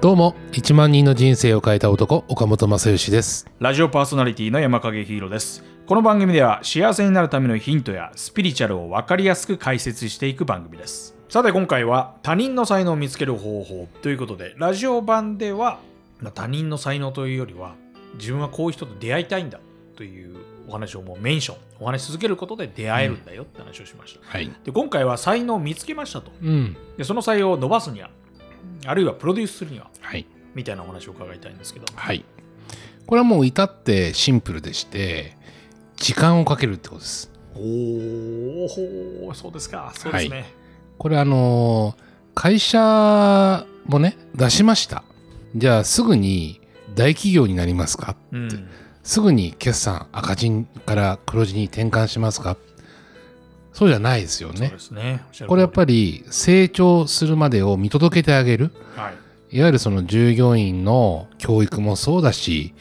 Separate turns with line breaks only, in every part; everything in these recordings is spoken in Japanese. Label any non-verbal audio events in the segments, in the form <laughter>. どうも1万人の人生を変えた男岡本正義です
ラジオパーソナリティの山影ヒーローです。この番組では幸せになるためのヒントやスピリチュアルを分かりやすく解説していく番組です。さて今回は他人の才能を見つける方法ということで、ラジオ版では、まあ、他人の才能というよりは自分はこういう人と出会いたいんだというお話をもうメンション、お話し続けることで出会えるんだよって話をしました。
はい
で今回は才能を見つけましたと。
うん
でその才能を伸ばすには、あるいはプロデュースするには、
はい
みたいなお話を伺いたいんですけど。
はいこれはもう至ってシンプルでして時間をかけるってことです
おおそうですかそうですね、
これあのー会社もね出しましたじゃあすぐに大企業になりますか
うん
すぐに決算赤字から黒字に転換しますかそうじゃないですよ
そう
ね
ですね
これやっぱ
り、
り成長するまでを見届けてあげる
はい、
いわゆるその従業員の教育もそうだし、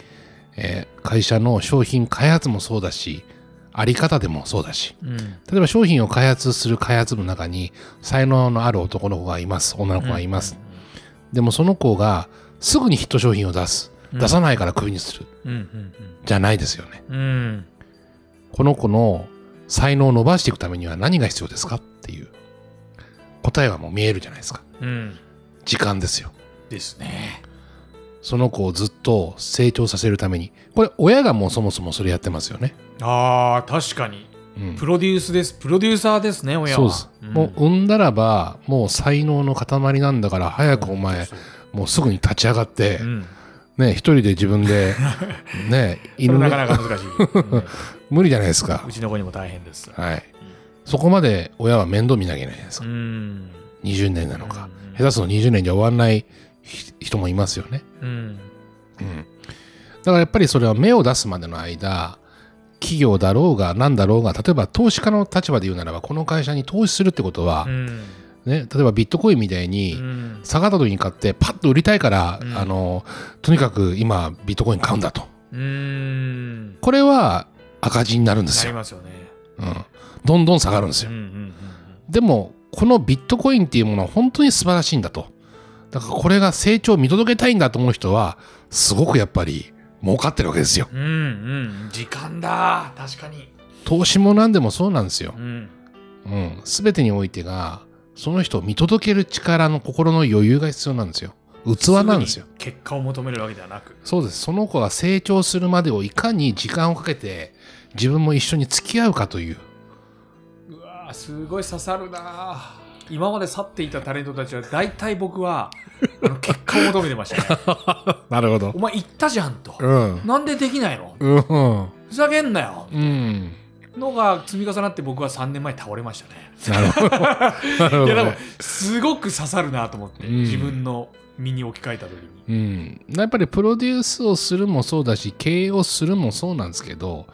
えー会社の商品開発もそうだし、あり方でもそうだし、
うん
例えば商品を開発する開発部の中に才能のある男の子がいます、女の子がいます。でもその子がすぐにヒット商品を出す。
うん
出さないからクビにする。
うん
じゃないですよね。
うんうんうん
この子の才能を伸ばしていくためには何が必要ですかっていう答えはもう見えるじゃないですか。
うんうん
時間ですよ。
ですね
その子をずっと成長させるためにこれ親がもうそもそもそれやってますよね、
あー確かに
うん
プロデュースですプロデューサーですね親
そう
は
です、もう産んだらばもう才能の塊なんだから早くお前
そう
もうすぐに立ち上がって
う、ん、
ね一人で自分
<laughs>
でね
そ
犬
れ
ね
なかなか
<laughs>
難しい、うん
無理じゃないですか
うちの子にも大変です
はいそこまで親は面倒見なきゃいけないじゃないです
う
か、
ん
20年なのか、
うん
下手すると20年じゃ終わんないひ人もいますよね
うん
うんだからやっぱりそれは芽を出すまでの間企業だろうが何だろうが例えば投資家の立場で言うならばこの会社に投資するってことは
う、ん
ね、例えばビットコインみたいうに
ん
下がった時に買ってパッと売りたいから、
うん
あのとにかく今ビットコイン買うんだと
うん
これは赤字になるんです
なり
よ、
ますよね
うん、どんどん下がるんです
う
よ
んうんうん
でもこのビットコインっていうものは本当に素晴らしいんだとだからこれが成長を見届けたいんだと思う人はすごくやっぱり儲かってるわけですよ
うんうんうん時間だ確かに
投資も何でもそうなんですよ
う。ん
うん。すべてにおいてが、その人を見届ける力の心の余裕が必要なんですよ。器なんですよ。
ぐに結果を求めるわけではなく
そうです。その子が成長するまでをいかに時間をかけて、自分も一緒に付き合うかという。
うわーすごい刺さるなあ今まで去っていたタレントたちは大体
<laughs>
僕はあの結果を求めてましたね
なるほど
お。前言ったじゃんと、
うん。
なんでできないの
うん。
ふざけんなよ
うん。
のが積み重なって僕は3年前倒れましたね
なるほど。なるほ
いや
ど
でも
<laughs> ね。
すごく刺さるなと思って、
うん
自分の身に置き換えた時に
うん、やっぱりプロデュースをするもそうだし経営をするもそうなんですけど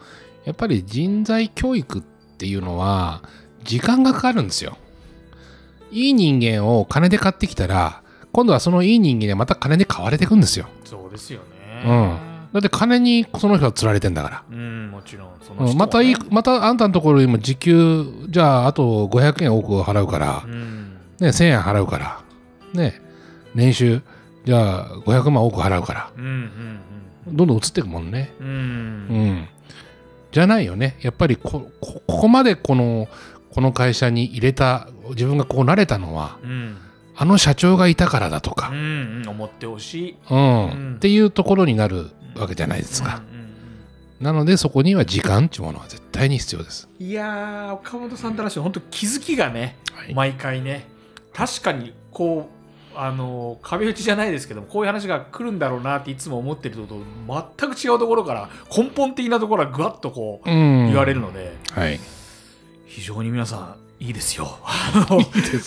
やっぱり人材教育っていうのは時間がかかるんですよいい人間を金で買ってきたら今度はそのいい人間でまた金で買われていくんですよ
そうですよね
だって金にその人が釣られてんだから
うん、もちろんその人は
う
ね
ん、またいいまたあんたのところにも時給じゃああと500円多く払うから
う、ん
ね、1000円払うから、ね、年収じゃあ500万多く払うから
うんうん
どんどん移っていくもんね
うんうん
うん、じゃないよねやっぱりここここまでこのこの会社に入れた自分がこう慣れたのは
うん
あの社長がいたからだと
う
か、
んうん、思ってほしい。
うん
うん
っていうところになるわけじゃないですか、
うんうん
なのでそこには時間っていうものは絶対に必要です、
うんいやー、岡本さんたらしい、本当気づきがね、
はい
毎回ね、確かにこう、あのー壁打ちじゃないですけども、こういう話が来るんだろうなっていつも思ってるのと、全く違うところから、根本的なところがぐわっとこう、
うん、
言われるので、
はい
非常に皆さん、いいですよ。あの <laughs> こ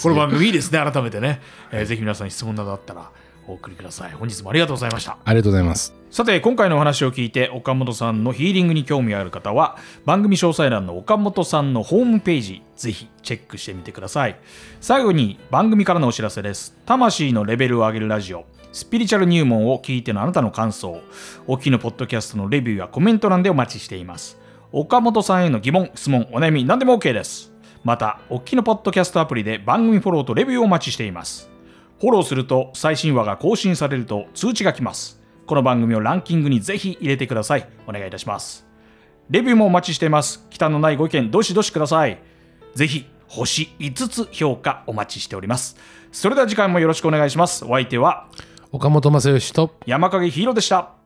の番組いいですね、改めてね。えーぜひ皆さんに質問などあったら、お送りください。本日もありがとうございました。
ありがとうございます
さて今回のお話を聞いて岡本さんのヒーリングに興味ある方は番組詳細欄の岡本さんのホームページぜひチェックしてみてください最後に番組からのお知らせです魂のレベルを上げるラジオスピリチュアル入門を聞いてのあなたの感想お聞きのポッドキャストのレビューやコメント欄でお待ちしています岡本さんへの疑問質問お悩み何でも OK ですまたお聞きのポッドキャストアプリで番組フォローとレビューをお待ちしていますフォローすると最新話が更新されると通知が来ます。この番組をランキングにぜひ入れてください。お願いいたします。レビューもお待ちしています。忌憚のないご意見、どしどしください。ぜひ、星5つ評価お待ちしております。それでは次回もよろしくお願いします。お相手は
岡本正義と
山影ヒーローでした。